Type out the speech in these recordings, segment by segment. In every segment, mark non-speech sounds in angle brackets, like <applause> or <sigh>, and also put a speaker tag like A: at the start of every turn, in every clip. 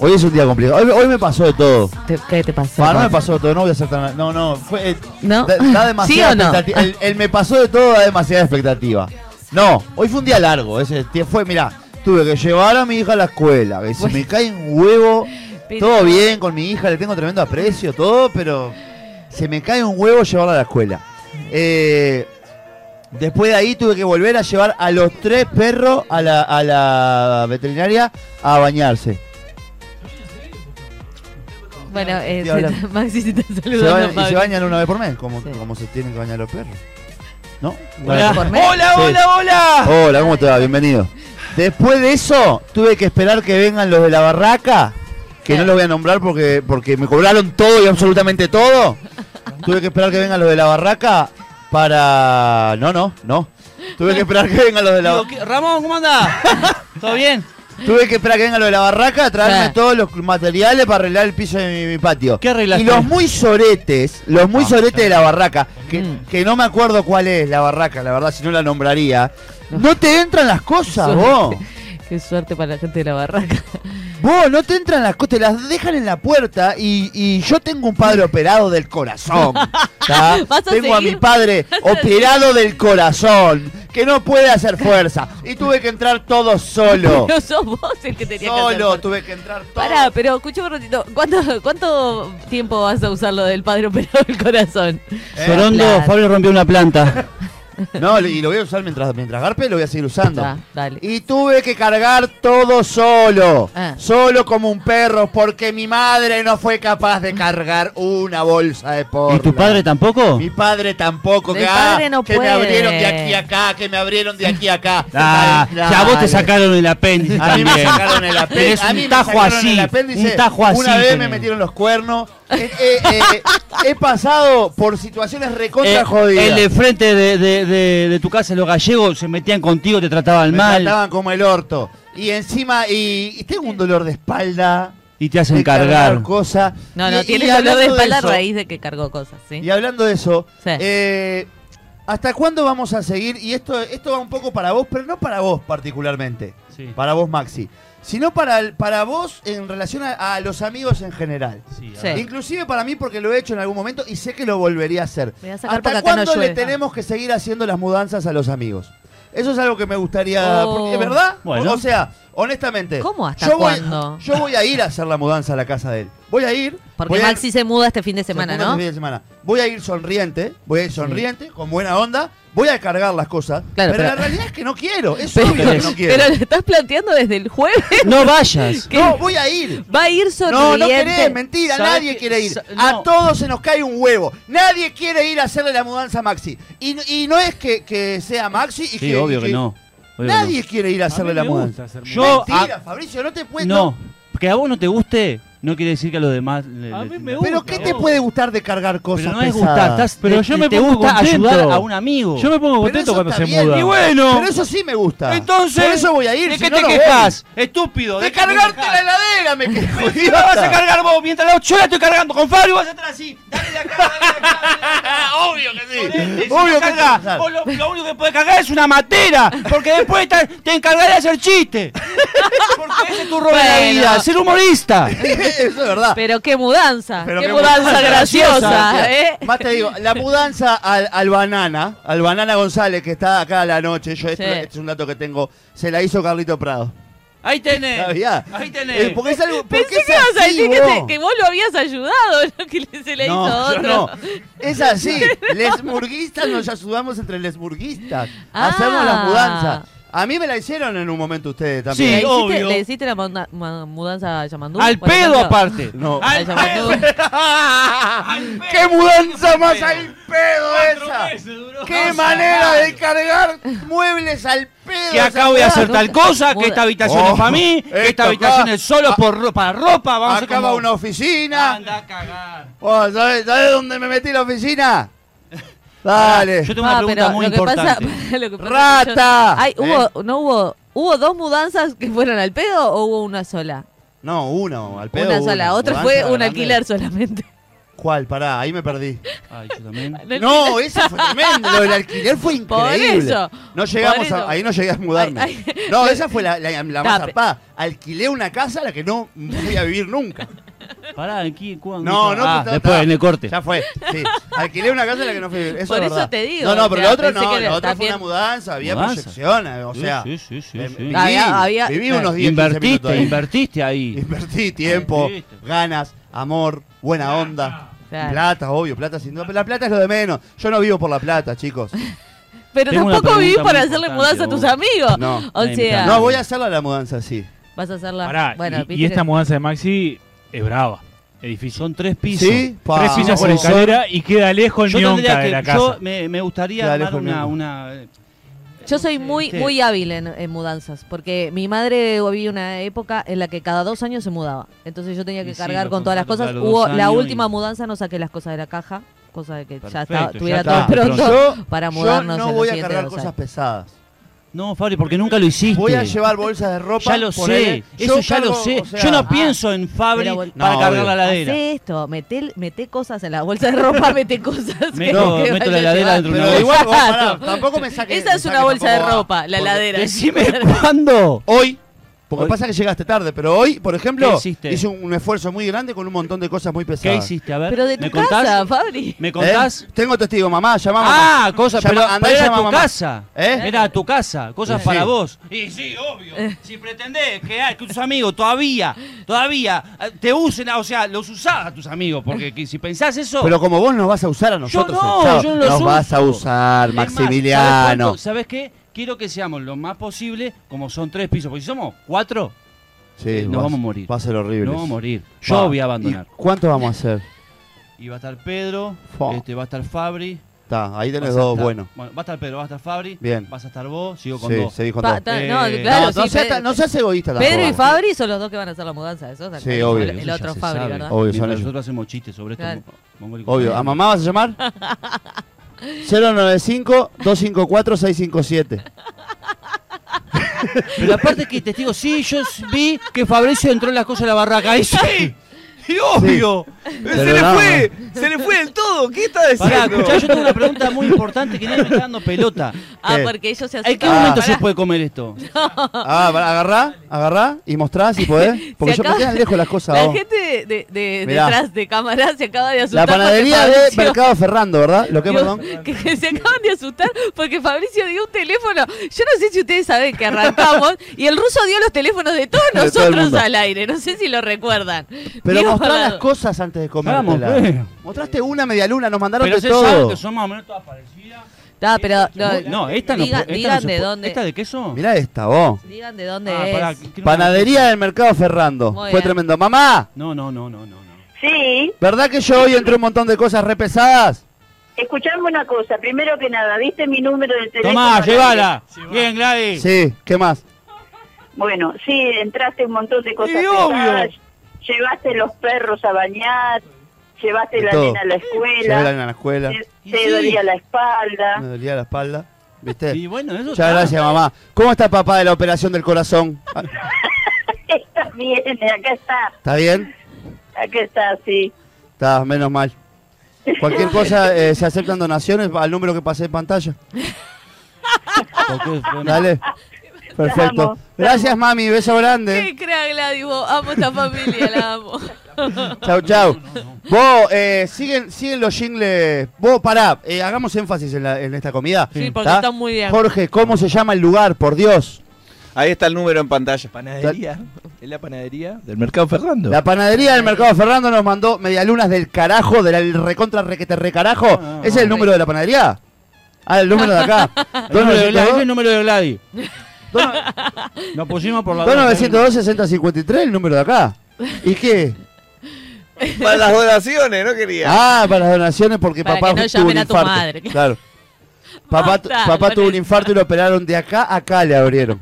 A: Hoy es un día complicado. Hoy, hoy me pasó de todo.
B: Te- ¿Qué te pasó?
A: Ah, no me pasó de todo, no voy a ser tan. No, no, fue. eh,
B: ¿No?
A: Da, da demasiada
B: <laughs> ¿Sí o no?
A: expectativa. El, el me pasó de todo da demasiada expectativa. No, hoy fue un día largo. Ese día fue, mirá, tuve que llevar a mi hija a la escuela. Que se me cae un huevo.
B: Pero-
A: Todo bien con mi hija, le tengo tremendo aprecio, todo, pero se me cae un huevo llevarla a la escuela. Eh, después de ahí tuve que volver a llevar a los tres perros a la, a la veterinaria a bañarse.
B: Bueno, eh,
A: Estoy hablando.
B: se- <laughs> Maxi se está
A: <laughs> Se
B: saludando.
A: bañan- y se
B: Pablo.
A: bañan una vez por mes, como,
B: Sí.
A: como se tienen que bañar los perros. ¿No?
B: Hola.
A: Una vez por mes.
C: Hola,
A: Sí.
C: hola, hola.
A: Hola, ¿cómo te va? Bienvenido. Después de eso, tuve que esperar que vengan los de la barraca, que no los voy a nombrar porque, porque me cobraron todo y absolutamente todo. Tuve que esperar que vengan los de la barraca para... No, no, no. Tuve que esperar que vengan los de la...
C: Digo, ¿qué- Ramón, ¿cómo andás? <laughs> ¿Todo bien?
A: Tuve que esperar que vengan los de la barraca a traerme
B: Ah.
A: todos los materiales para arreglar el piso de mi, mi patio.
C: ¿Qué arreglaste?
A: Y los muy soretes, los muy
C: Ah,
A: soretes de la barraca, que,
C: Mm.
A: que no me acuerdo cuál es la barraca, la verdad, si no la nombraría. No te entran las cosas,
B: Suerte.
A: vos.
B: <laughs> Qué suerte para la gente de la barraca.
A: Vos, no te entran las cosas, te las dejan en la puerta y, y yo tengo un padre operado del corazón. ¿tá?
B: ¿Vas a
A: tengo a
B: seguir?
A: mi padre operado del corazón, que no puede hacer fuerza. Y tuve que entrar todo
B: <laughs>
A: solo.
B: No sos vos el que tenía que
A: Solo
B: hacer.
A: tuve que entrar todo.
B: Pará, pero escuchame un ratito. ¿Cuánto, ¿Cuánto tiempo vas a usar lo del padre <laughs> operado del corazón?
A: Eh,
C: Sorondo,
B: Claro.
C: Fabio rompió una planta.
A: No, y lo voy a usar mientras, mientras garpe, lo voy a seguir usando.
B: Ah, dale.
A: Y tuve que cargar todo solo,
B: Ah.
A: solo como un perro, porque mi madre no fue capaz de cargar una bolsa de porro.
C: ¿Y tu padre tampoco?
A: Mi padre tampoco,
B: Mi
A: que,
B: padre
A: ah,
B: no
A: que me
B: puede.
A: abrieron de aquí a acá, que me abrieron de aquí a acá.
C: <laughs> Ah,
A: Dale,
C: ya vos te
A: dale.
C: sacaron el apéndice
A: A mí me
C: también.
A: sacaron el
C: Tenés
A: apéndice. A
C: un
A: mí me
C: tajo
A: sacaron
C: así,
A: el apéndice.
C: un tajo así
A: Una vez me
C: tenés.
A: metieron los cuernos. Eh, eh, eh, he pasado por situaciones recontra
C: Eh,
A: jodidas.
C: el de frente de, de- de- de tu casa, los gallegos, se metían contigo, te trataban
A: Me
C: mal
A: trataban como el orto. Y encima, y, y tengo un dolor de espalda.
C: y te
A: de
C: hacen cargar.
A: cosas.
B: No,
A: Y-
B: no,
A: y
B: tiene dolor
A: hablando
B: de espalda a
A: eso-
B: raíz de que cargó cosas, ¿sí?
A: Y hablando de eso,
B: Sí.
A: eh, ¿hasta cuándo vamos a seguir? Y esto, esto va un poco para vos, pero no para vos particularmente,
C: Sí.
A: para vos Maxi, sino para, el- para vos en relación a, a los amigos en general.
B: a Sí. ver.
A: Inclusive para mí porque lo he hecho en algún momento y sé que lo volvería a hacer.
B: Me voy a sacar porque
A: ¿Hasta
B: acá no
A: cuándo le
B: llueve.
A: tenemos que seguir haciendo las mudanzas a los amigos? Eso es algo que me gustaría...
B: Oh.
A: porque, ¿Verdad?
C: Bueno.
A: O, o sea, honestamente...
B: ¿Cómo hasta
A: yo voy-
B: cuándo?
A: Yo voy a ir a hacer la mudanza a la casa de él. Voy a ir...
B: Porque
A: voy a ir-
B: Maxi se muda este fin de semana,
A: Segundo
B: ¿no? <laughs>
A: fin de semana. Voy a ir sonriente, voy a ir sonriente, con buena onda, voy a cargar las cosas.
B: Claro,
A: pero,
B: pero-
A: la realidad es que no quiero, es
B: <laughs> Pero,
A: obvio que no quiero.
B: pero lo estás planteando desde
A: <laughs>
B: el jueves.
C: No vayas.
B: que
A: No, voy a ir.
B: Va a ir sonriente.
A: No, no querés, mentira,
C: ¿Sabés
A: nadie
C: que-
A: quiere ir.
C: sa-
A: A
C: no.
A: todos se nos cae un huevo. Nadie quiere ir a hacerle la mudanza a Maxi. Y, y no es que, que sea Maxi y
C: Sí,
A: que,
C: obvio
A: y
C: que no. obvio que
A: Nadie quiere ir a hacerle la mudanza.
C: Yo,
A: mentira,
C: a-
A: Fabricio, no te puedes.
C: no. Que a vos no te guste, no quiere decir que a los demás. le-
D: A
C: le-
D: mí me
C: no.
D: gusta.
A: Pero ¿qué te puede gustar de cargar cosas
C: Pero no es
A: pesadas?
C: gustar, estás,
D: Pero
C: te,
D: yo me
C: te
D: pongo
C: gusta
D: contento.
C: ayudar a un amigo.
D: Yo me pongo
A: Pero eso
D: contento cuando
A: está
D: se
A: bien.
D: muda.
C: Y bueno,
A: Pero eso sí me gusta.
C: entonces.
A: Por eso voy a ir.
C: ¿De
A: si
C: qué
A: no,
C: te
A: no voy.
C: quejas? Estúpido.
A: De
C: qué te
A: cargarte
C: quejas?
A: la heladera,
C: <laughs>
A: me quejo.
C: ¿Qué la vas a cargar vos? Mientras la yo la estoy cargando con Fabio, vas a estar así. Dale la carga, dale la carga. Obvio que sí.
A: Obvio
C: Obvio
A: que
C: que
A: sí.
C: carga.
A: <laughs>
C: Vos lo, lo único que podés cargar es una matera. Porque después te, te encargaré de hacer <laughs> chiste. Porque ese es tu rol en la
B: Bueno.
C: vida, ser humorista.
A: <laughs> Eso es verdad.
B: <laughs> Pero qué mudanza.
A: Pero
B: qué,
A: qué
B: mudanza,
A: mudanza
B: graciosa, ¿eh?
A: Más te digo, la mudanza al, al banana, al banana González que está acá a la noche, yo esto,
B: Sí.
A: este es un dato que tengo, se la hizo Carlito Prado.
C: Ahí tenés.
A: ¿Sabía?
C: Ahí
A: Eh,
C: tenés.
A: porque es algo, porque
B: <laughs> Pensé
A: es
B: que ibas a
A: así,
B: decir que, te-
A: vos.
B: que vos lo habías ayudado, <laughs> no que le- se le
A: No,
B: hizo
A: yo
B: otro.
A: no. Es
B: <laughs>
A: así. Lesburguistas nos ayudamos entre lesburguistas.
B: Ah.
A: Hacemos las mudanzas. A mí me la hicieron en un momento ustedes
B: ¿Le,
A: también.
C: Sí.
B: hiciste,
C: obvio.
B: le hiciste la manda- ma- mudanza a Yamandú?
C: Al
B: por
C: pedo
B: ejemplo?
C: <laughs> aparte.
A: No. Ah,
B: A
C: Al
B: Yamandú.
A: ¡Qué mudanza más al pedo esa! ¡Qué manera de cargar muebles al pedo!
C: que acá
A: esa
C: voy a
A: mudanza!
C: hacer tal cosa, que esta habitación
A: Oh,
C: es para mí,
A: esto
C: que esta
A: acá.
C: habitación es solo por ro- para ropa, vamos a
A: Acá va una oficina.
C: Anda a cagar.
A: Oh, ¿sabes, sabes dónde me metí la oficina? Dale.
C: Yo tengo una
B: Ah,
C: pregunta
B: pero
C: muy
B: lo que pasa- <laughs>
C: importante. <laughs>
B: lo que pasa es que yo-
A: ¡Rata!
B: Ay, hubo, no hubo, hubo dos mudanzas que fueron al pedo o hubo una sola?
A: No, uno, al pedo.
B: una
A: uno.
B: sola, otra
A: Mudanza
B: fue un
A: grande.
B: alquiler solamente. <laughs>
A: ¿Cuál? Pará, ahí me perdí.
C: Ay, yo también.
A: No, eso fue tremendo. Lo del alquiler fue
B: Por
A: increíble.
B: eso,
A: no llegamos
B: por
A: a-
B: eso.
A: ahí no llegué a mudarme.
B: Ay, ay.
A: No, esa fue la, la, la más
B: Tape.
A: zarpada. Alquilé una casa a la que no voy a vivir nunca.
C: Pará, aquí, ¿cuándo?
A: No, no,
C: Ah,
A: ta- ta-
C: después,
A: ta-
C: en el corte.
A: Ya fue. Sí. Alquilé una casa en la que no fui a vivir. Eso
B: Por
A: es
B: eso
A: verdad.
B: te digo,
A: No, no,
B: o
A: pero
B: sea,
A: la otra no.
B: pensé que
A: La otra
B: también-
A: fue una mudanza, había
C: Mudanza.
A: proyecciones. O
C: Sí,
A: sea,
C: sí, sí, sí,
A: em,
C: sí.
A: viví-
B: Había- había-
A: viví unos 10 15 minutos
C: Invertiste,
A: ahí.
C: invertiste ahí.
A: Invertí tiempo,
C: Invertiste.
A: ganas, amor, buena onda.
B: Claro.
A: Plata, obvio, plata sin duda. pero La plata es lo de menos. Yo no vivo por la plata, chicos.
B: Pero
C: Tengo una
B: tampoco viví
C: pregunta
B: para
C: muy
B: hacerle mudanza
C: importante,
B: a tus
C: vos.
B: amigos.
A: No.
B: O
C: Ahí
B: sea,
C: está.
A: No, voy a hacerla la mudanza, sí.
B: vas a hacerla.
D: Pará,
B: bueno,
D: y-
B: viste
D: y,
B: que-
D: esta mudanza de Maxi es brava. Es difícil.
C: Son tres pisos.
A: ¿Sí? Pa,
D: Tres pisos por
A: vos.
D: escalera y queda lejos el
C: Yo
D: ñonca
C: tendría
D: de la
C: que.
D: casa.
C: Yo me, me gustaría
A: Queda lejos
C: armar una,
A: el
C: una.
B: Yo soy muy
C: Sí.
B: muy hábil en, en mudanzas, porque mi madre había una época en la que cada dos años se mudaba. Entonces yo tenía que
C: Y sí,
B: cargar
C: lo
B: con todas las
C: contratan
B: cosas.
C: cada dos
B: Hubo la
C: años
B: última
C: y-
B: mudanza, no saqué las cosas de la caja, cosa de que ya
C: Perfecto,
B: estaba,
C: ya
B: estuviera
A: está.
B: todo pronto
A: Yo-
B: para mudarnos.
A: Yo
B: en
A: no
B: los
A: voy a
B: siguientes
A: cargar
B: dos
A: cosas
B: años.
A: pesadas.
C: No, Fabri, porque nunca lo hiciste.
A: Voy a llevar bolsas de ropa.
C: Ya lo sé,
A: ponele.
C: eso
A: Yo
C: ya lo
A: cargo,
C: sé.
A: o sea,
C: Yo no
B: ah,
C: pienso en Fabri
B: pero vol-
C: para
A: No,
C: cargar
A: obvio.
C: la heladera.
B: Hacé esto, meté, meté cosas en la bolsa de ropa,
C: <laughs>
B: meté cosas. que-
C: Meto-
B: que
C: meto
B: vaya
C: la
B: a
C: heladera
B: llevar.
C: dentro de una
A: Pero igual, vos,
C: <laughs>
A: pará,
B: <laughs> Exacto.
A: tampoco me saques.
B: Esa es una bolsa de ropa, la heladera.
C: Decime cuándo.
A: Hoy, porque
C: Hoy.
A: pasa que llegaste tarde, pero hoy, por
C: ¿Qué
A: ejemplo,
C: hiciste?
A: hice un, un esfuerzo muy grande con un montón de cosas muy
C: ¿Qué
A: pesadas.
C: hiciste? A
B: <laughs>
C: ver.
B: Pero de tu
C: ¿Me contás?
B: casa, Fabri.
C: ¿Me contás?
A: ¿Eh? Tengo testigo, mamá, llamamos.
C: Ah, cosas,
A: Llama-
C: pero,
A: andá
C: pero
A: y
C: era
A: llama
C: tu
A: a mamá.
C: casa.
A: ¿Eh?
C: Era tu casa, cosas
A: Sí.
C: para vos. Eh. Y sí, obvio. Si pretendés que, ah, que tus amigos todavía, todavía eh, te usen, ah, o sea, los usás a tus amigos, porque que si pensás eso.
A: Pero como vos nos vas a usar a nosotros,
C: no,
A: el sábado,
C: yo no los
A: nos vas a
C: uso.
A: usar,
C: Es más, ¿sabés
A: Maximiliano.
C: cuánto? ¿Sabés qué? Quiero que seamos lo más posible, como son tres pisos, porque si somos cuatro,
A: Sí,
C: Nos
A: vas-
C: vamos a morir.
A: Va a ser horrible.
C: no vamos a morir. Yo voy a abandonar.
A: ¿Y ¿Cuántos vamos a hacer?
C: Y va a estar Pedro,
A: Fua.
C: este, va a estar Fabri.
A: Está, ahí tenés
C: vas a
A: dos
C: estar-
A: buenos.
C: Va a estar Pedro, va a estar Fabri.
A: Bien.
C: Vas a estar vos, sigo con
A: Sí,
C: dos.
A: se dijo
B: Pa-
A: todo.
B: ta- no,
C: Eh,
B: claro,
A: no,
B: sí,
A: no, seas,
B: Pedro-
A: tan- no seas egoísta tampoco.
B: Pedro y Fabri son los dos que van a hacer la mudanza, eso está
A: Sí,
B: clarísimo.
A: obvio.
B: El, el
C: Eso ya
B: otro
C: se
B: Fabri,
C: sabe.
B: ¿verdad?
A: Obvio,
C: Mientras
A: son ellos.
C: nosotros hacemos chistes sobre esto.
B: Claro.
A: Obvio, ¿a mamá vas a
B: <laughs>
A: llamar? 095-254-657.
C: Pero aparte que testigo, sí, yo s- vi que Fabricio entró en las cosas de la barraca. ¡Y <laughs> sí! ¡Y obvio!
A: Pero no,
E: Se le fue del todo. ¿Qué está
C: Pará, escuchá, yo tengo una pregunta muy importante que nadie me está dando pelota.
B: Ah,
A: ¿Qué?
B: porque ellos se
C: ¿En qué
B: acercan.
A: Ah.
C: momento
B: Pará.
C: se puede comer esto?
A: Ah, pará, agarrá, agarrá y mostrá si podés. Porque
B: <laughs> Se
A: yo me
B: acaba-
A: quedan lejos las cosas.
B: La
A: vos.
B: gente de, de- de-
A: Mirá.
B: detrás de cámara se acaba de
A: La
B: asustar. porque
A: panadería de
B: Fabricio-
A: Mercado Ferrando, ¿verdad? ¿Lo que,
B: Dios,
A: perdón?
B: que- que se acaban de asustar porque Fabricio dio un teléfono. Yo no sé si ustedes saben
A: <laughs>
B: que arrancamos y el ruso dio los teléfonos de todos
A: De todo el
B: nosotros
A: mundo.
B: al aire. No sé si lo recuerdan.
A: Pero
B: Digo,
A: mostrá
B: para-
A: las cosas antes de comer.
C: Vamos, bueno.
A: Mostraste una media luna, nos mandaron
C: Pero
A: de
C: se sabe
A: todo.
C: que son más o menos todas parecidas.
B: Ah, pero, no,
C: No, esta no
B: digan,
C: esta no
B: digan
C: se
B: de
C: puede-
B: dónde.
C: ¿Esta de queso?
A: Mirá esta, vos.
B: Digan de dónde
C: Ah,
B: es.
C: pará, que- que no-
A: Panadería del Mercado Ferrando.
B: Muy
A: Fue
B: bien.
A: tremendo. Mamá,
C: No, no, no, no, no. no.
F: Sí,
A: ¿verdad que yo hoy entré un montón de cosas re pesadas?
F: escuchame una cosa. Primero que nada, ¿viste mi número de teléfono?
C: Tomá, llévala. Bien, Gladys.
A: Sí, ¿qué más?
F: Bueno, sí, entraste un montón de cosas.
C: Y obvio.
F: pesadas, Llevaste los perros a bañar, llevaste
A: De
F: la
A: todo.
F: nena a la
A: Llevé la nena
F: escuela,
A: a la escuela,
F: te,
C: Y
F: te
C: sí.
F: dolía la espalda.
A: me dolía la espalda. ¿Viste?
C: Y bueno, eso
A: Muchas
C: está.
A: Eh. gracias, mamá. ¿Cómo está papá de la operación del corazón? Ah,
F: Está <laughs> bien, acá está,
A: ¿Está bien?
F: acá está, sí.
A: Está, menos mal.
B: <laughs>
A: Cualquier cosa, eh, se aceptan donaciones al número que pasé en pantalla.
C: Porque fue una-
B: <laughs>
A: Dale. Perfecto.
F: amo, te
A: Gracias, mami. Beso grande.
B: Qué crack, Gladys, vos. Amo esta familia, la amo.
A: Chau, chau. Vos, eh, siguen, siguen los jingles. Vos, pará, eh, hagamos énfasis en, la- en esta comida.
B: Sí, porque
A: ¿tá?
B: están muy bien.
A: Jorge, ¿cómo se llama el lugar? Por Dios.
E: Ahí está el número en pantalla.
A: Panadería.
E: Es la panadería del Mercado Ferrando.
A: La panadería del Mercado Ferrando nos mandó medialunas del carajo, del recontra requete recarajo.
C: Ah.
A: ¿Ese es el número de la panadería? Ah, el número de
B: <laughs>
A: acá.
C: El número de Gladys, el número de Gladys.
A: Dos-
C: Nos pusimos por la.
A: 2902-6053, el número de acá. ¿Y
B: <laughs>
A: qué?
E: <laughs> Para las donaciones, no quería.
A: Ah, para las donaciones porque
B: Para
A: papá
B: que no
A: tuvo
B: llamen
A: un
B: a tu
A: infarto.
B: madre. <laughs>
A: Claro. Papá, tu-
B: Basta,
A: papá
B: con
A: tuvo un
B: eso.
A: infarto y lo operaron de acá a acá, le
B: <laughs>
A: abrieron.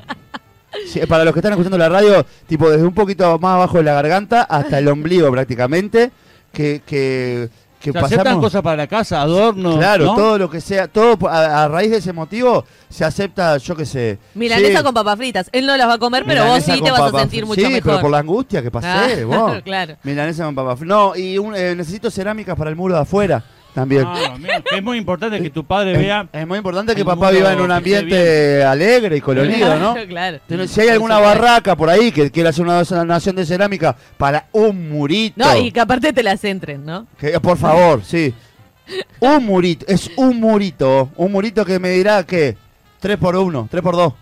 A: Sí, para los que están escuchando la radio, tipo desde un poquito más abajo de la garganta hasta el ombligo prácticamente, que, que, que
C: Se aceptan
A: pasamos.
C: cosas para la casa, adornos.
A: Claro,
C: ¿no?
A: todo lo que sea, todo po- a, a raíz de ese motivo se acepta, yo qué sé.
B: Milanesa
A: sí,
B: con papas fritas. Él no las va a comer, pero
A: milanesa
B: vos sí
A: con
B: te vas a
A: papas
B: sentir
A: fritas.
B: mucho
A: Sí,
B: mejor.
A: pero por
B: <laughs>
A: la angustia que pasé,
B: Ah,
A: vos.
B: claro.
A: Milanesa con papas fritas. No, y un- eh, necesito cerámicas para el muro de afuera también.
D: Ah, mira, que es muy importante que tu padre
A: es,
D: vea.
A: es muy importante que
D: el
A: papá
D: muro
A: viva en un
D: que esté
A: ambiente alegre y colorido,
D: <laughs>
A: ¿no?
B: Claro, <laughs> claro.
A: Pero Si hay alguna barraca por ahí que quiera hacer una donación de cerámica para un murito.
B: No, y que aparte te las entren, ¿no?
A: Que- eh, por favor, sí. Un murito, es un murito. Un murito que me dirá que 3 por 1 3 por 2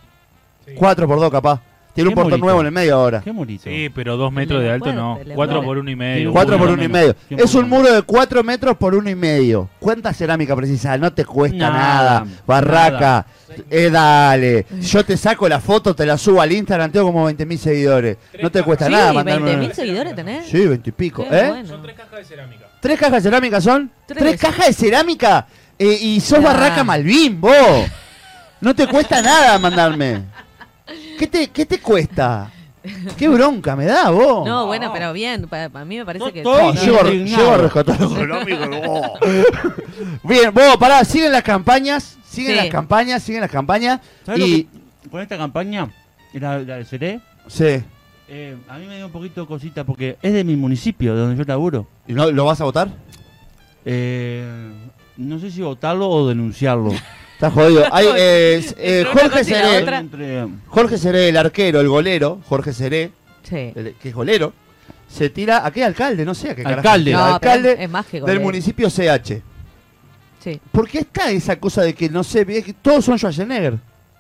A: 4 por 2 capaz. Tiene un
D: ¿Qué
A: portón
D: murito?
A: nuevo en el medio ahora.
C: Qué bonito.
D: Sí, pero dos metros de alto no.
B: Telepuerta,
D: Cuatro
B: telepuerta.
D: por uno y medio.
A: Cuatro por
D: uno
A: uno y
D: menos.
A: medio.
C: Tiene
A: Es un
C: portón.
A: muro de 4 metros por uno y medio. ¿Cuánta cerámica precisas? No te cuesta nada.
C: Nada,
A: Barraca. Eh, dale. Yo te saco la foto, te la subo al Instagram, tengo como 20.000 seguidores. No te cuesta
B: Sí,
A: nada mandarme.
B: 20.000
A: una-
B: seguidores tenés.
A: Sí, 20 y pico.
B: Qué
A: ¿Eh?
B: bueno.
D: cajas de cerámica.
A: ¿Tres cajas de cerámica son?
B: Tres.
A: Tres, cajas de cerámica. Eh, y sos
B: Claro.
A: Barraca Malvin, vos. No te cuesta nada mandarme. ¿Qué te, ¿Qué te cuesta? ¿Qué bronca me da, vos?
B: No, bueno, pero bien. pa- A mí me parece
C: No,
B: que.
A: No,
C: todo-
A: llego,
C: indignado.
A: llego a rescatar lo económico, vos. Bien, vos, pará, siguen las campañas, siguen
B: Sí.
A: las campañas, siguen las campañas.
C: ¿Sabes
A: Y.
C: lo que- con esta campaña, la, la de Seré,
A: Sí.
C: eh, a mí me dio un poquito de cosita porque es de mi municipio, de donde yo laburo.
A: ¿Y no, ¿Lo vas a votar?
C: Eh, no sé si votarlo o denunciarlo.
A: Está jodido. Hay, eh, s- eh,
B: Entre una
A: Jorge
B: cosa y la
A: Seré.
B: otra.
C: Entre-
A: Jorge Seré, el arquero, el golero, Jorge Seré,
B: Sí.
A: el- que es golero, se tira a qué alcalde, no sé a qué carajo
C: Alcalde.
A: se
B: No,
A: tira,
B: pero
A: alcalde
B: es más que
A: del
B: golero.
A: municipio CH.
B: Sí.
A: ¿Por qué está esa cosa de que no sé, es que todos son Schwarzenegger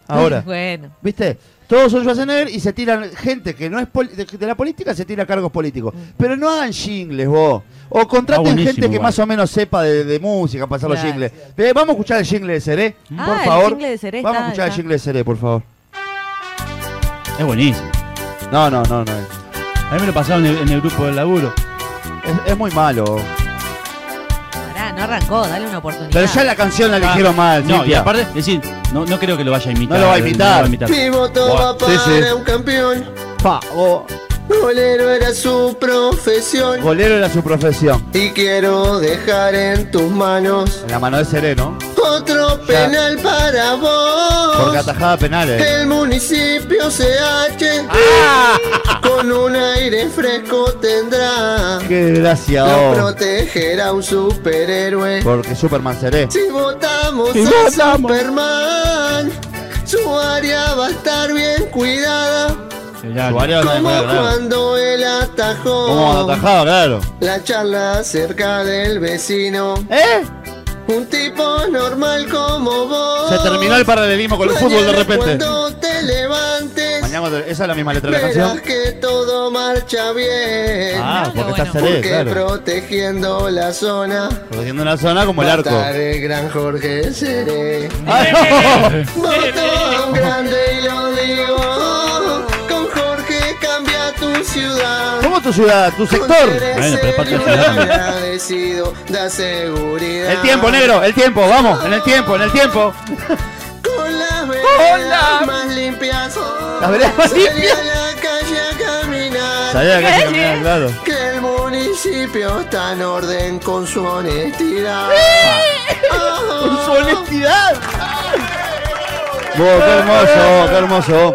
A: ahora?
B: <laughs> Bueno.
A: ¿Viste? Todos son Schwarzenegger y se tiran gente que no es poli- de, de la política, se tira a cargos
B: Mm.
A: políticos. Pero no hagan jingles vos. O contraten
C: buenísimo,
A: gente que
C: igual.
A: más o menos sepa de, de música para hacer los
B: Claro.
A: jingles. Eh, vamos a escuchar el jingle de Seré,
B: Ah,
A: por
B: el
A: favor.
B: jingle de Seré
A: vamos
B: está-
A: a escuchar el
B: está.
A: jingle de Seré, por favor.
C: Es buenísimo.
A: No, no, no, no. es-
C: A mí me lo pasaron en el, en el grupo del laburo.
A: Es, es muy malo.
B: Pará, no arrancó, dale una oportunidad.
A: Pero ya la canción la eligieron mal.
C: No, y
A: Cintia.
C: aparte, es decir, no, no creo que lo vaya a
A: no
C: imitar.
A: lo va a imitar.
G: Mi voto
C: Buah,
G: va
A: sí,
G: para
A: sí.
G: un campeón.
A: Pa, oh,
G: Golero era su profesión.
A: golero era su profesión.
G: Y quiero dejar en tus manos
A: En la mano de Sereno.
G: otro penal para
A: Porque
G: vos.
A: atajaba penales.
G: El municipio CH
C: Ah.
G: con un aire fresco tendrá.
A: Ah. Qué desgracia.
G: Lo
A: oh.
G: protegerá un superhéroe.
A: Porque Superman seré.
G: Si votamos
A: Si
G: a
A: votamos.
G: Superman, su área va a estar bien cuidada.
A: Su variedad no es
G: Como
A: nada, claro.
G: cuando él atajó.
A: Como atajaba, claro.
G: La charla cerca del vecino.
A: ¿Eh?
G: Un tipo normal como vos.
A: Se terminó el paralelismo con el fútbol de
G: Mañana
A: repente.
G: Cuando te levantes,
A: Mañana, te- esa es la misma letra de la
G: verás
A: canción.
G: que todo marcha bien.
A: Ah,
B: Qué
A: porque está
B: bueno.
A: Seré,
G: porque
A: claro.
G: protegiendo la zona.
A: Protegiendo la zona como el
G: va a
A: arco.
G: estar el gran Jorge Seré.
A: Ah, <laughs>
G: Botón grande y lo digo. Con Jorge cambia tu ciudad.
A: ¿Cómo tu ciudad, tu sector?
G: Bueno,
C: pero es parte de la ciudad también.
G: agradecido, da seguridad.
A: El tiempo, negro, el tiempo, vamos, en el tiempo, en el tiempo.
G: Con las veredas más limpias.
A: Las veredas más
G: Salí
A: limpias.
G: a la calle a caminar.
A: Salía de
B: ¿Qué
A: acá caminar, claro.
G: Que el municipio está en orden con su honestidad. Ah,
A: ¡Con su honestidad! Vos, qué hermoso, qué hermoso.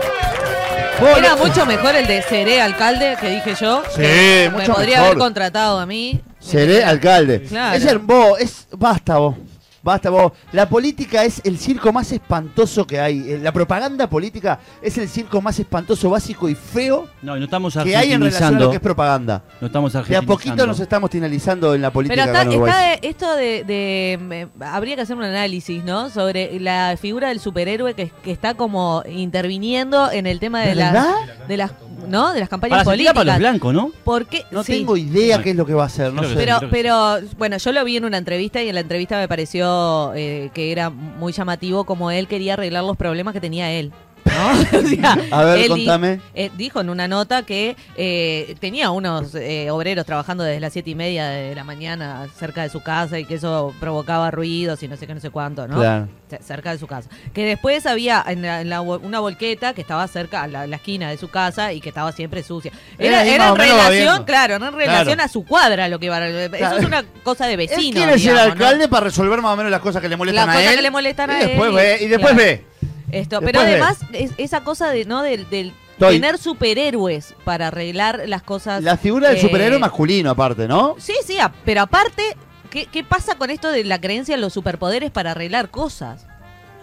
A: Vos,
B: Era
A: lo-
B: mucho mejor el de Seré Alcalde, que dije yo.
A: Sí,
B: que Me
A: mucho
B: podría
A: mejor.
B: haber contratado a mí.
A: Seré alcalde.
B: Claro.
A: Es her- vos, es. Basta vos. Basta vos. La política es el circo más espantoso que hay. Eh, La propaganda política es el circo más espantoso, básico y feo
C: No, y no estamos
A: que hay en relación a
C: argentinizando.
A: lo que es propaganda.
C: No estamos
A: De a
C: argentinizando.
A: poquito nos estamos finalizando en la política
B: Pero está,
A: acá en Uruguay.
B: está de- esto de, de, me- Habría que hacer un análisis, ¿no? Sobre la figura del superhéroe que, que está como interviniendo en el tema de,
A: ¿De
B: las,
A: verdad?
B: de las. ¿No? De las campañas
C: Para sentir para los
B: políticas.
C: blancos, ¿no?
B: ¿Por qué?
A: No
B: Sí.
A: tengo idea qué es lo que va a hacer, no
C: Creo
A: sé.
C: que
B: Pero,
C: creo que
B: pero bueno, yo lo vi en una entrevista y en la entrevista me pareció eh, que era muy llamativo como él quería arreglar los problemas que tenía él. ¿no? <laughs> O sea,
A: A ver,
B: él di-
A: contame.
B: eh, dijo en una nota que eh, tenía unos eh, obreros trabajando desde las siete y media de la mañana cerca de su casa y que eso provocaba ruidos y no sé qué, no sé cuánto, ¿no?
A: Claro.
B: C- cerca de su casa. Que después había en la- en la vo- una volqueta que estaba cerca, a la, la esquina de su casa y que estaba siempre sucia.
A: Era
B: Era,
A: ahí
B: era
A: más
B: en
A: o menos
B: relación,
A: babiendo.
B: claro, era en relación a su cuadra lo que iba a... Eso
A: Claro.
B: es una cosa de
A: Él
B: vecino.
A: quiere ser
B: digamos, ¿no?
A: alcalde para resolver más o menos las cosas que le molestan
B: Las
A: a
B: cosas
A: él.
B: que le molestan
A: y
B: a él,
A: después
B: y-
A: Ve, y después
B: claro.
A: ve.
B: Esto,
A: Después
B: pero
A: de-
B: además es- esa cosa de no del, del
A: Estoy-
B: tener superhéroes para arreglar las cosas.
A: La figura del
B: eh,
A: superhéroe masculino, aparte, ¿no?
B: Sí, sí, a- pero aparte, ¿qué, qué pasa con esto de la creencia en los superpoderes para arreglar cosas?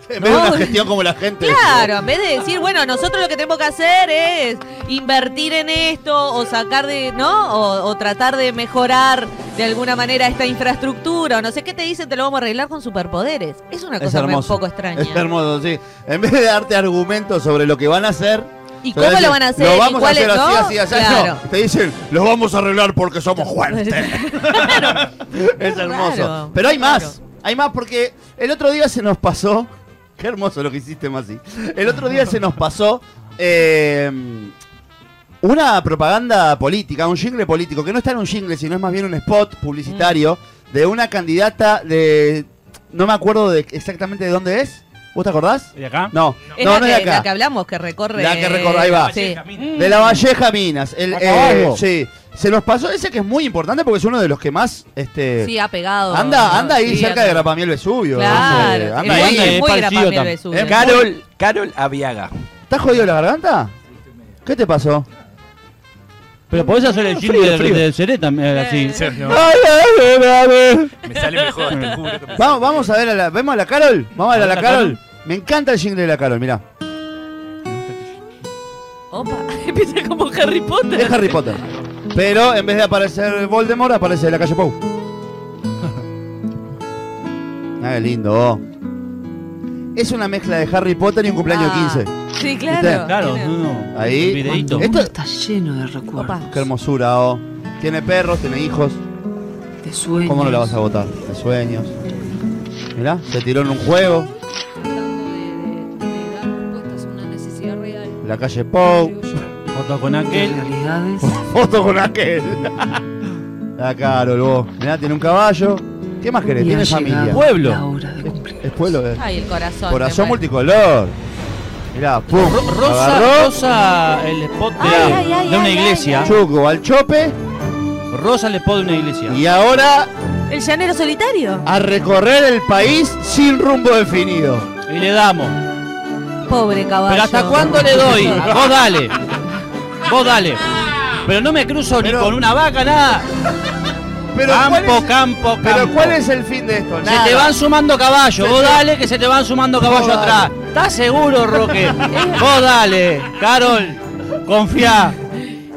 A: <laughs> En vez de una
B: No.
A: gestión como la gente.
B: Claro, en vez de decir, bueno, nosotros lo que tenemos que hacer es invertir en esto o sacar de, ¿no? O, o tratar de mejorar de alguna manera esta infraestructura o no sé qué te dicen, te lo vamos a arreglar con superpoderes. Es una
A: Es
B: cosa un
A: hermoso.
B: poco extraña.
A: Es hermoso, sí. En vez de darte argumentos sobre lo que van a hacer.
B: ¿Y
A: te van a
B: cómo
A: decir,
B: lo van a hacer?
A: Lo
B: ¿Y
A: vamos a
B: cuáles
A: hacer
B: no?
A: así, así, así.
B: Claro.
A: No, te dicen, los vamos a arreglar porque somos
B: <laughs>
A: fuertes. es hermoso.
B: Claro,
A: Pero hay
B: claro.
A: más. Hay más porque el otro día se nos pasó. <laughs> Qué hermoso lo que hiciste, Masi. El otro día se nos pasó eh, una propaganda política, un jingle político, que no está en un jingle, sino es más bien un spot publicitario
B: Mm.
A: de una candidata de. No me acuerdo de exactamente de dónde es. ¿Vos te acordás?
D: ¿Y acá?
A: No,
B: Es
A: no,
B: la,
A: no
B: que,
A: es de
B: la que
A: acá.
B: hablamos, que recorre.
A: La que recorre, ahí va.
B: Sí.
A: De la Valleja Minas. El,
D: A
A: eh,
D: caballo.
A: sí. Se nos pasó ese que es muy importante porque es uno de los que más. Este,
B: Sí, ha pegado.
A: Anda, anda ahí
B: Sí,
A: cerca
B: anda.
A: de Grapamiel Vesubio.
B: Claro,
A: ese,
B: es
A: anda
B: muy-
A: ahí.
B: es
D: es
B: muy
D: parecido
B: Grapamiel
D: también.
B: Vesubio.
A: Es caro.
E: Carol, Carol Aviaga.
A: ¿Estás jodido la garganta? ¿Qué te pasó?
D: Pero podés hacer el jingle de- de, de Seré también, así.
H: Sergio, me sale mejor, te juro. que me sale
A: Vamos, vamos a ver a la. ¿Vemos a la Carol? Vamos a ver a la Carol. Me encanta el jingle de la Carol, mirá.
B: Opa, <laughs> empieza como Harry Potter.
A: Es Harry Potter. Pero en vez de aparecer Voldemort, aparece la
H: <laughs>
A: calle Pou. Ah, qué lindo. Es una mezcla de Harry Potter y un cumpleaños
B: Ah,
A: 15.
B: Sí, claro.
D: Claro,
B: Mira.
D: no, no.
A: Ahí. Eh.
D: Un videíto.
A: Esto-
I: está lleno de recuerdos,
B: Opa.
A: Qué hermosura, oh. Tiene perros, tiene hijos.
I: de sueños.
A: ¿Cómo no la vas a votar? De sueños. Mirá, se tiró en un juego. La calle Pou. <laughs>
D: Foto con
I: de
D: aquel.
I: realidades
A: Foto con aquel. <laughs> La Carol, vos. Mirá, tiene un caballo. ¿Qué más querés?
I: y ha
A: Tiene
I: llegado
A: familia.
D: Pueblo. Ah,
I: la hora de cumplir.
A: Es pueblo, eh.
B: Ay, el
A: Corazón
B: corazón. me parece.
A: multicolor. Mirá, pum.
D: Ro- Rosa,
A: Agarró.
D: Rosa, el spot de,
B: Ay, ay, ay,
D: de una
B: ay,
D: iglesia.
A: Chuco al chope.
D: Rosa, el spot de una iglesia.
A: Y ahora
B: El llanero solitario.
A: a recorrer el país sin rumbo definido.
D: Y le damos.
B: Pobre caballo.
D: Pero ¿hasta cuándo le
A: <laughs>
D: doy?
B: <laughs>
D: Vos dale. Vos dale.
B: Ah.
D: Pero no me cruzo
A: Pero-
D: ni con una vaca, nada.
A: Pero ¿cuál
D: campo,
A: es,
D: campo, campo.
A: pero ¿cuál es el fin de esto?
D: Se
A: Nada.
D: te van sumando caballos.
A: Se
D: Vos
A: te-
D: dale que se te van sumando caballos
A: Vos dale.
D: atrás. ¿Estás seguro, Roque?
A: <laughs>
D: Vos dale. Carol, confía.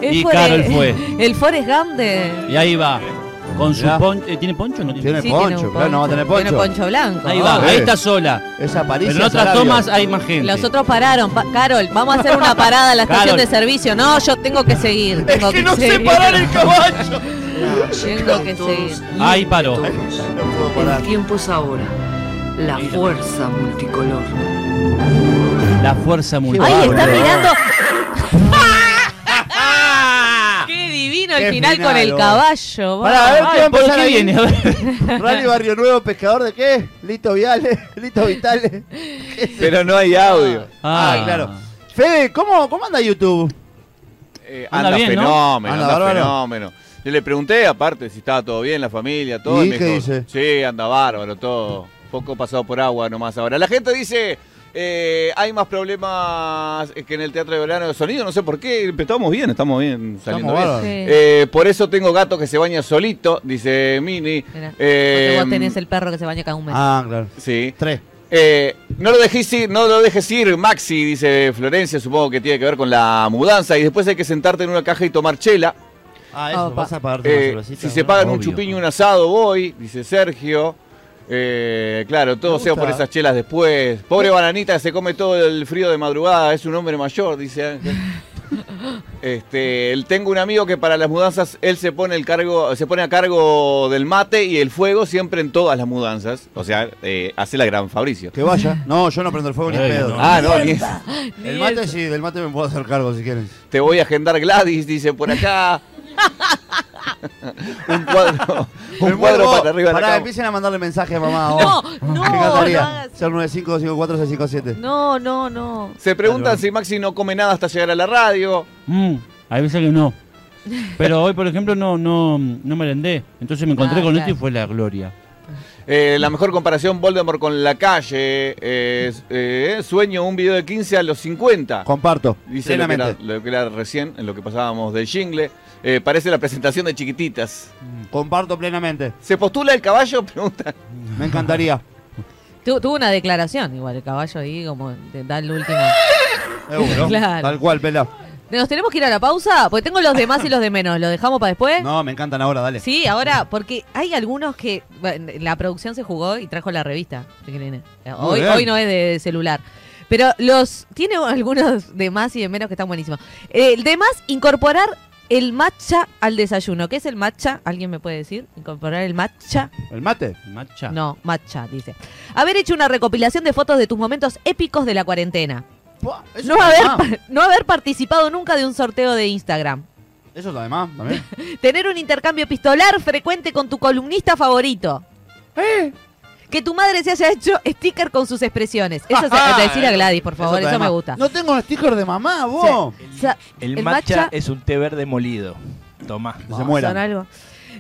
B: Es
D: Y
B: Fore-
D: Carol fue.
B: El Forrest Gump de.
D: Y ahí va. Con su
A: Ya.
D: poncho.
C: Eh,
D: ¿Tiene poncho o no tiene?
A: Tiene
B: Sí,
A: poncho,
B: tiene un
A: claro, no va a tener
B: Tiene
A: poncho.
B: poncho blanco.
D: Ahí
B: ¿no?
D: va.
A: Ah,
D: Ahí
A: eh.
D: está sola.
A: Esa París.
D: Pero en otras tomas hay más gente.
B: Los otros pararon. Pa- Carol, vamos a hacer una parada a la estación
D: Carol.
B: de servicio. No, yo tengo que seguir.
A: Es
B: tengo
A: que no sé
B: seguir.
A: parar el caballo.
B: Tengo que seguir.
D: Ahí paró.
A: No puedo parar.
I: El tiempo es ahora. La fuerza multicolor.
D: La fuerza
A: Qué
B: Ahí
D: multicolor.
B: está
A: Bárbaro.
B: mirando.
D: Ah.
B: Qué divino
A: Qué
B: el final,
A: final,
B: con el
A: vos.
B: caballo. va.
A: Pará, a ver qué va a
D: ¿Por
A: empezar
D: qué
A: ahí.
D: viene? A
A: <laughs>
D: ver.
A: Rally Barrio Nuevo, pescador de qué? Lito Viales, <laughs> Lito Vitales.
E: Pero no hay audio.
A: Ah, claro. Fede, ¿cómo, ¿cómo anda YouTube?
E: Eh,
D: Anda
E: anda,
D: bien, ¿no?
E: fenómeno,
A: Anda
E: anda,
A: bárbaro.
E: fenómeno. Yo le pregunté, aparte, si estaba todo bien, la familia, todo.
A: ¿Y
E: me
A: qué
E: dijo,
A: dice?
E: Sí, anda bárbaro, todo. Poco pasado por agua nomás ahora. La gente dice, eh, hay más problemas eh, que en el teatro de verano de sonido. No sé por qué, pero estamos bien, estamos bien, saliendo bien.
A: bárbaros.
B: Sí.
E: Eh, por eso tengo gato que se baña solito, dice Mini.
B: Mirá,
E: Eh,
B: porque vos tenés el perro que se baña cada un mes.
A: mm. Ah, claro.
E: Sí.
A: Tres.
E: Eh, no lo dejes ir, no lo dejes ir, Maxi, dice Florencia, supongo que tiene que ver con la mudanza. Y después hay que sentarte en una caja y tomar chela.
A: Ah,
B: eso,
A: eso,
B: Opa. vas
A: vas a pagarte
E: Eh, si se pagan un chupiño y un asado, voy, dice Sergio. Eh, claro, todo
A: Me
E: sea por
A: gusta.
E: esas chelas después.
A: <laughs> <laughs>
E: Pobre bananita que se come todo el frío de madrugada, es un hombre mayor, dice Ángel. Este, el- tengo un amigo que para las mudanzas él se pone el cargo, se pone a cargo del mate y el fuego siempre en todas las mudanzas. O sea, eh, hace la gran Fabricio.
A: Que vaya. No, yo no prendo el fuego ni en
D: Ay,
A: pedo.
D: no.
E: Ah, no, ni es-
A: El mate sí, del mate me puedo hacer cargo si quieren.
E: te voy a agendar Gladys, dice
A: <laughs>
E: por acá. un cuadro, un
A: Me
E: cuadro
A: muevo.
E: para arriba de la
A: Pará,
E: cama.
A: empiecen a mandarle mensaje a mamá.
B: No,
A: vos.
B: no,
A: Me
B: no
A: encantaría.
B: hagas.
A: 095-254-657.
B: No, no, no.
E: Se preguntan si Maxi no come nada hasta llegar a la radio.
C: Mm, hay veces que no. Pero hoy, por ejemplo, no, no, no merendé. Entonces me encontré
B: Ah,
C: con
B: claro.
C: esto y fue la gloria.
E: Eh, la mejor comparación Voldemort con la calle. eh, eh, sueño un video de 15 a los 50.
A: Comparto.
E: Dice lo que, era,
A: Plenamente.
E: lo que era recién, en lo que pasábamos del jingle. Eh, parece la presentación de chiquititas.
A: Comparto plenamente.
E: ¿Se postula el caballo? <laughs> Pregunta.
A: Me encantaría.
B: Tu- tuvo una declaración, igual el caballo ahí, como de- da el último.
A: Seguro.
B: Claro.
A: Tal cual, pela.
B: ¿Nos tenemos que ir a la pausa? Porque tengo los de más y los de menos. ¿Lo dejamos para después?
A: No, me encantan ahora, dale.
B: Sí, ahora, porque hay algunos que. bueno, la producción se jugó y trajo la revista. ¿qué creen? Hoy,
A: bien.
B: hoy no es de celular. Pero los. Tiene algunos de más y de menos que están buenísimos. El de más, incorporar el matcha al desayuno. ¿Qué es el matcha? ¿Alguien me puede decir? ¿Incorporar el matcha?
A: ¿El mate?
C: Macha.
B: No, matcha, dice. Haber hecho una recopilación de fotos de tus momentos épicos de la cuarentena.
A: Buah, Eso
B: No
A: está
B: haber,
A: de más.
B: par- no haber participado nunca de un sorteo de Instagram.
A: Eso está de más,
B: <laughs>
A: también.
B: Tener un intercambio epistolar frecuente con tu columnista favorito.
A: ¿Eh?
B: Que tu madre se haya hecho sticker con sus expresiones.
A: <laughs>
B: Eso se, decir a Gladys, por favor,
A: está
B: eso,
A: de
B: me
A: más.
B: gusta.
A: No tengo sticker de mamá, vos.
B: Sa-
H: El,
B: El
H: matcha,
B: matcha-
H: es un té verde molido. Tomá.
A: Que se
B: son
A: mueran.
B: algo.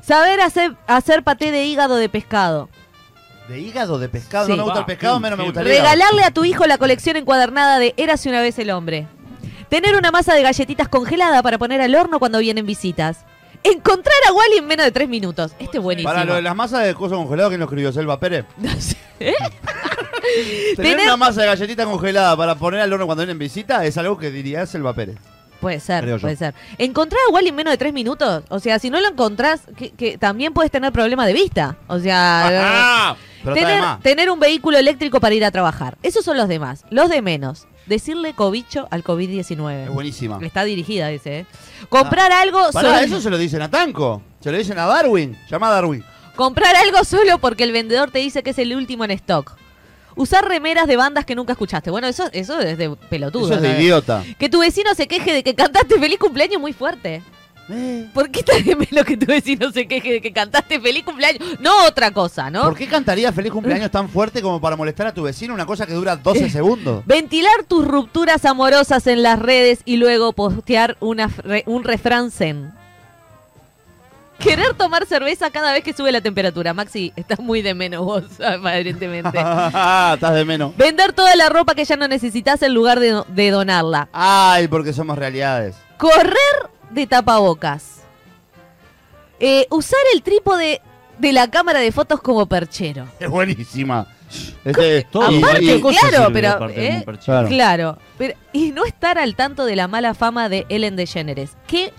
B: Saber hacer, hacer paté de hígado de pescado.
A: De hígado, de pescado.
B: Sí.
A: No me gusta el pescado, menos me gusta el hígado.
B: Regalarle a tu hijo la colección encuadernada de Érase una vez el hombre. Tener una masa de galletitas congelada para poner al horno cuando vienen visitas. Encontrar a Wally en menos de tres minutos. Este es buenísimo.
A: Para lo de las masas de coso congelado, ¿quién lo escribió? Selva
B: <laughs>
A: Pérez. <laughs> Tener
B: Tener-
A: una masa de galletita congelada para poner al horno cuando vienen visita es algo que diría Selva Pérez.
B: Puede ser,
A: Creo yo.
B: puede ser. Encontrar a Wally en menos de tres minutos. O sea, si no lo encontrás, que, que también puedes tener problemas de vista. O
A: <laughs>
B: sea,
A: Ah, Pero está de
B: tener,
A: más.
B: tener un vehículo eléctrico para ir a trabajar. Esos son los demás. Los de menos. Decirle cobicho al
A: Es
B: COVID-19.
A: buenísima.
B: Está dirigida, dice. ¿eh? Comprar algo
A: Pará,
B: solo.
A: eso se lo dicen a Tanco. Se lo dicen a Darwin. Llama a Darwin.
B: Comprar algo solo porque el vendedor te dice que es el último en stock. Usar remeras de bandas que nunca escuchaste. Bueno, eso, eso es de pelotudo.
A: Eso es
B: ¿sabes?
A: de idiota.
B: Que tu vecino se queje de que cantaste feliz cumpleaños muy fuerte. ¿Por qué estás de menos que tu vecino se queje de que cantaste feliz cumpleaños? No otra cosa, ¿no?
A: ¿Por qué cantaría feliz cumpleaños tan fuerte como para molestar a tu vecino una cosa que dura
B: <laughs>
A: 12 segundos?
B: Ventilar tus rupturas amorosas en las redes y luego postear una fre- un refrán zen. Querer tomar cerveza cada vez que sube la temperatura. Maxi, estás muy de menos vos,
A: <laughs>
B: <laughs> aparentemente.
A: Estás de menos.
B: Vender toda la ropa que ya no necesitas en lugar de, de donarla.
A: Ay, porque somos realidades.
B: Correr de tapabocas. Eh, usar el trípode de la cámara de fotos como perchero.
A: Es buenísima. Este,
C: Todo.
A: y-
B: Aparte,
A: y-
C: cosa
B: claro,
C: sirve
B: pero,
C: aparte de un
B: eh,
C: parche.
A: claro.
B: Claro. pero- y no estar al tanto de la mala fama de Ellen DeGeneres. ¿Qué?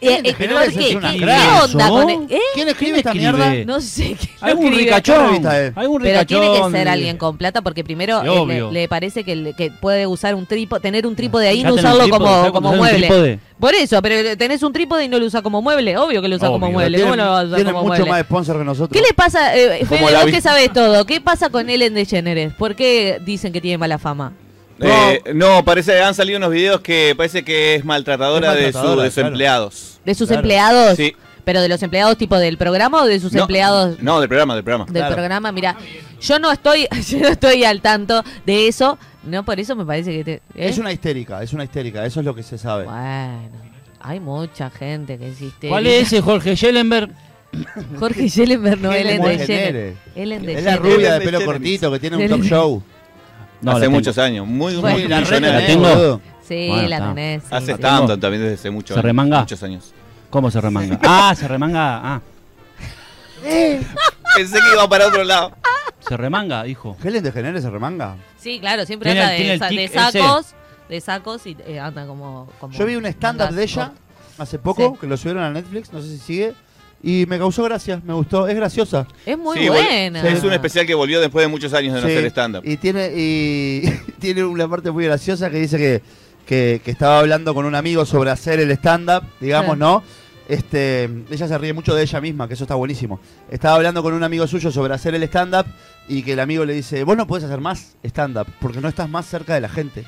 B: Eh,
A: Ellen
B: eh,
A: DeGeneres
B: ¿por qué?
A: es una
B: ¿Qué-
A: crack.
B: qué onda
C: ¿Eso?
B: con él? ¿Eh?
A: ¿Quién escribe
C: ¿Quién
A: esta
C: escribe?
A: mierda?
B: No sé qué.
A: Hay
B: no
A: un
B: escribe.
A: ricachón. ¿Qué revista es?
C: Hay un
B: Pero tiene que
C: ricachón
B: ser
C: de-
B: alguien con plata porque primero
C: Sí,
B: eh, le,
C: obvio.
B: le parece que, le- que puede usar un trípode, tener un trípode ahí y no
C: Fíjate en el
B: usarlo
C: trípode,
B: como,
C: ¿sabes
B: como
C: cuando sale un
B: mueble.
C: trípode?
B: Por eso, pero tenés un trípode y no lo usa como mueble. Obvio que lo usa como
C: Obvio,
B: mueble.
A: Tienen-
B: ¿Cómo lo va a usar
A: tienen
B: como
A: mucho
B: mueble?
A: más sponsor que nosotros.
B: ¿Qué le pasa, eh,
E: Como
B: Fede,
E: la
B: vos
E: vi-
B: que sabés todo? ¿Qué pasa con Ellen DeGeneres? ¿Por qué dicen que tiene mala fama?
E: Eh, no, parece han salido unos videos que parece que es maltratadora,
A: Es maltratadora,
E: de sus
A: claro.
E: empleados.
B: ¿De sus empleados?
E: Sí.
B: ¿Pero de los empleados tipo del programa o de sus
E: No,
B: empleados
E: No, del programa, del programa.
B: del programa? Mira, yo no estoy <laughs> yo no estoy al tanto de eso. No, por eso me parece que... Te, ¿eh?
A: Es una histérica, es una histérica. Eso es lo que se sabe.
B: Bueno, hay mucha gente que existe.
D: ¿Cuál es ese Jorge Schellenberg?
B: Jorge Schellenberg, no, Ellen
A: Ellen
B: DeGeneres.
A: DeGeneres.
B: Ellen
A: Es la
B: DeGeneres.
A: rubia de
E: Ellen
A: pelo
E: DeGeneres.
A: cortito que tiene un top show.
C: No, la
E: hace
C: tengo.
E: muchos años. Muy,
B: Bueno.
E: muy
A: La re
E: millonaria.
C: la tengo.
A: boludo.
B: Sí,
C: Bueno,
B: la
C: está.
B: tenés. sí,
E: Hace
B: sí.
E: tanto también desde hace mucho
C: ¿Se remanga?
E: muchos años.
C: ¿Cómo se remanga? Ah, se remanga. Ah,
E: Pensé que iba para otro lado.
C: se remanga, hijo.
A: ¿Helen DeGeneres se remanga?
B: Sí, claro, siempre
C: Tiene-
B: anda de,
C: tiene el
B: sa-
C: tic
B: de
C: ese.
B: sacos, de sacos y eh, anda como, como-
A: Yo vi un stand-up
B: anda
A: de ella
B: corta.
A: hace poco,
B: Sí.
A: que lo subieron a Netflix, no sé si sigue, y me causó gracia, me gustó, es graciosa.
B: Es muy
E: Sí, vol-
B: buena.
E: Es un especial que volvió después de muchos años de no
A: Sí,
E: hacer stand-up.
A: <laughs> Y tiene, y tiene una parte muy graciosa que dice que, que, que estaba hablando con un amigo sobre hacer el stand-up, digamos,
B: Sí.
A: ¿no? Este, ella se ríe mucho de ella misma, que eso está buenísimo. Estaba hablando con un amigo suyo sobre hacer el stand-up y que el amigo le dice, vos no podés hacer más stand-up porque no estás más cerca de la gente.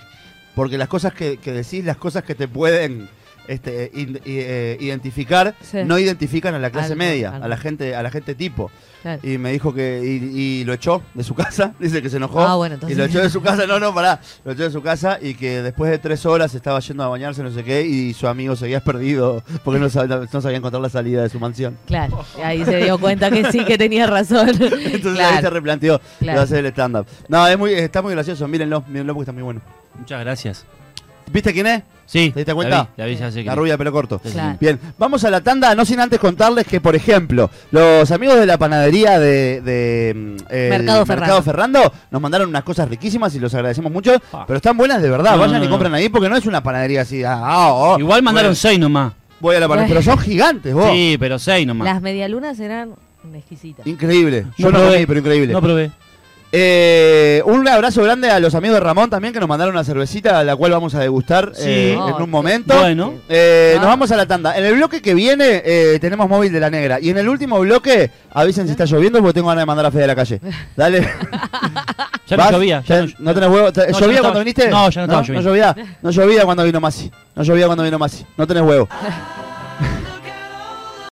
A: Porque las cosas que, que decís, las cosas que te pueden este, in- i- eh, identificar,
B: Sí.
A: no identifican a la clase
B: Algo,
A: media,
B: algo.
A: a la gente, a la gente tipo.
B: Claro.
A: Y me dijo que. Y, y lo echó de su casa. <laughs> Dice que se enojó.
B: Ah, bueno, entonces-
A: Y lo echó de su casa. No, no, pará. Lo echó de su casa y que después de tres horas estaba yendo a bañarse, no sé qué. Y su amigo seguía perdido <laughs> porque no sabía, no sabía encontrar la salida de su mansión. <laughs>
B: Claro, y ahí se dio cuenta que sí que tenía razón.
A: Entonces ahí se
B: claro.
A: replanteó lo
B: Claro.
A: de hacer el stand-up. No, es muy, está muy gracioso. Mírenlo, mírenlo porque está muy bueno.
D: Muchas gracias.
A: ¿Viste quién es?
D: Sí.
A: ¿Te diste cuenta?
D: La vi, la vi, ya sé
A: La
D: que-
A: rubia de pelo corto.
B: Claro.
A: Bien, vamos a la tanda, no sin antes contarles que, por ejemplo, los amigos de la panadería de, de, mm, el
B: Mercado Ferrando.
A: Ferrando nos mandaron unas cosas riquísimas y los agradecemos mucho,
D: Pa.
A: pero están buenas de verdad,
D: Ah. No,
A: vayan
D: no,
A: y
D: no.
A: compran ahí porque no es una panadería así. ah, ah, oh,
D: Igual mandaron seis nomás.
A: Voy a la panadería, pero son gigantes vos.
D: Sí, pero seis nomás.
B: Las medialunas eran exquisitas.
A: Increíble, yo
D: No
A: no,
D: probé.
A: comí, pero increíble.
D: No probé.
A: Eh, un abrazo grande a los amigos de Ramón también que nos mandaron una cervecita, la cual vamos a degustar
D: Sí.
A: eh,
B: Oh,
A: en
B: qué-
A: un momento.
D: Bueno.
A: Eh, Nos
B: Ah.
A: vamos a la tanda. En el bloque que viene eh, tenemos móvil de la negra. Y en el último bloque, avisen si está lloviendo porque tengo ganas de mandar a Fede a la calle.
D: <laughs>
A: Dale.
D: Ya
A: ¿Vas?
D: no sabía.
A: Ya no, tenés huevo. ¿Te-
D: no, ya no
A: ¿Llovía
D: estaba-
A: cuando viniste?
D: no, ya no estaba
A: No llovía. No llovía cuando vino Masi. No llovía cuando vino Masi. No tenés huevo.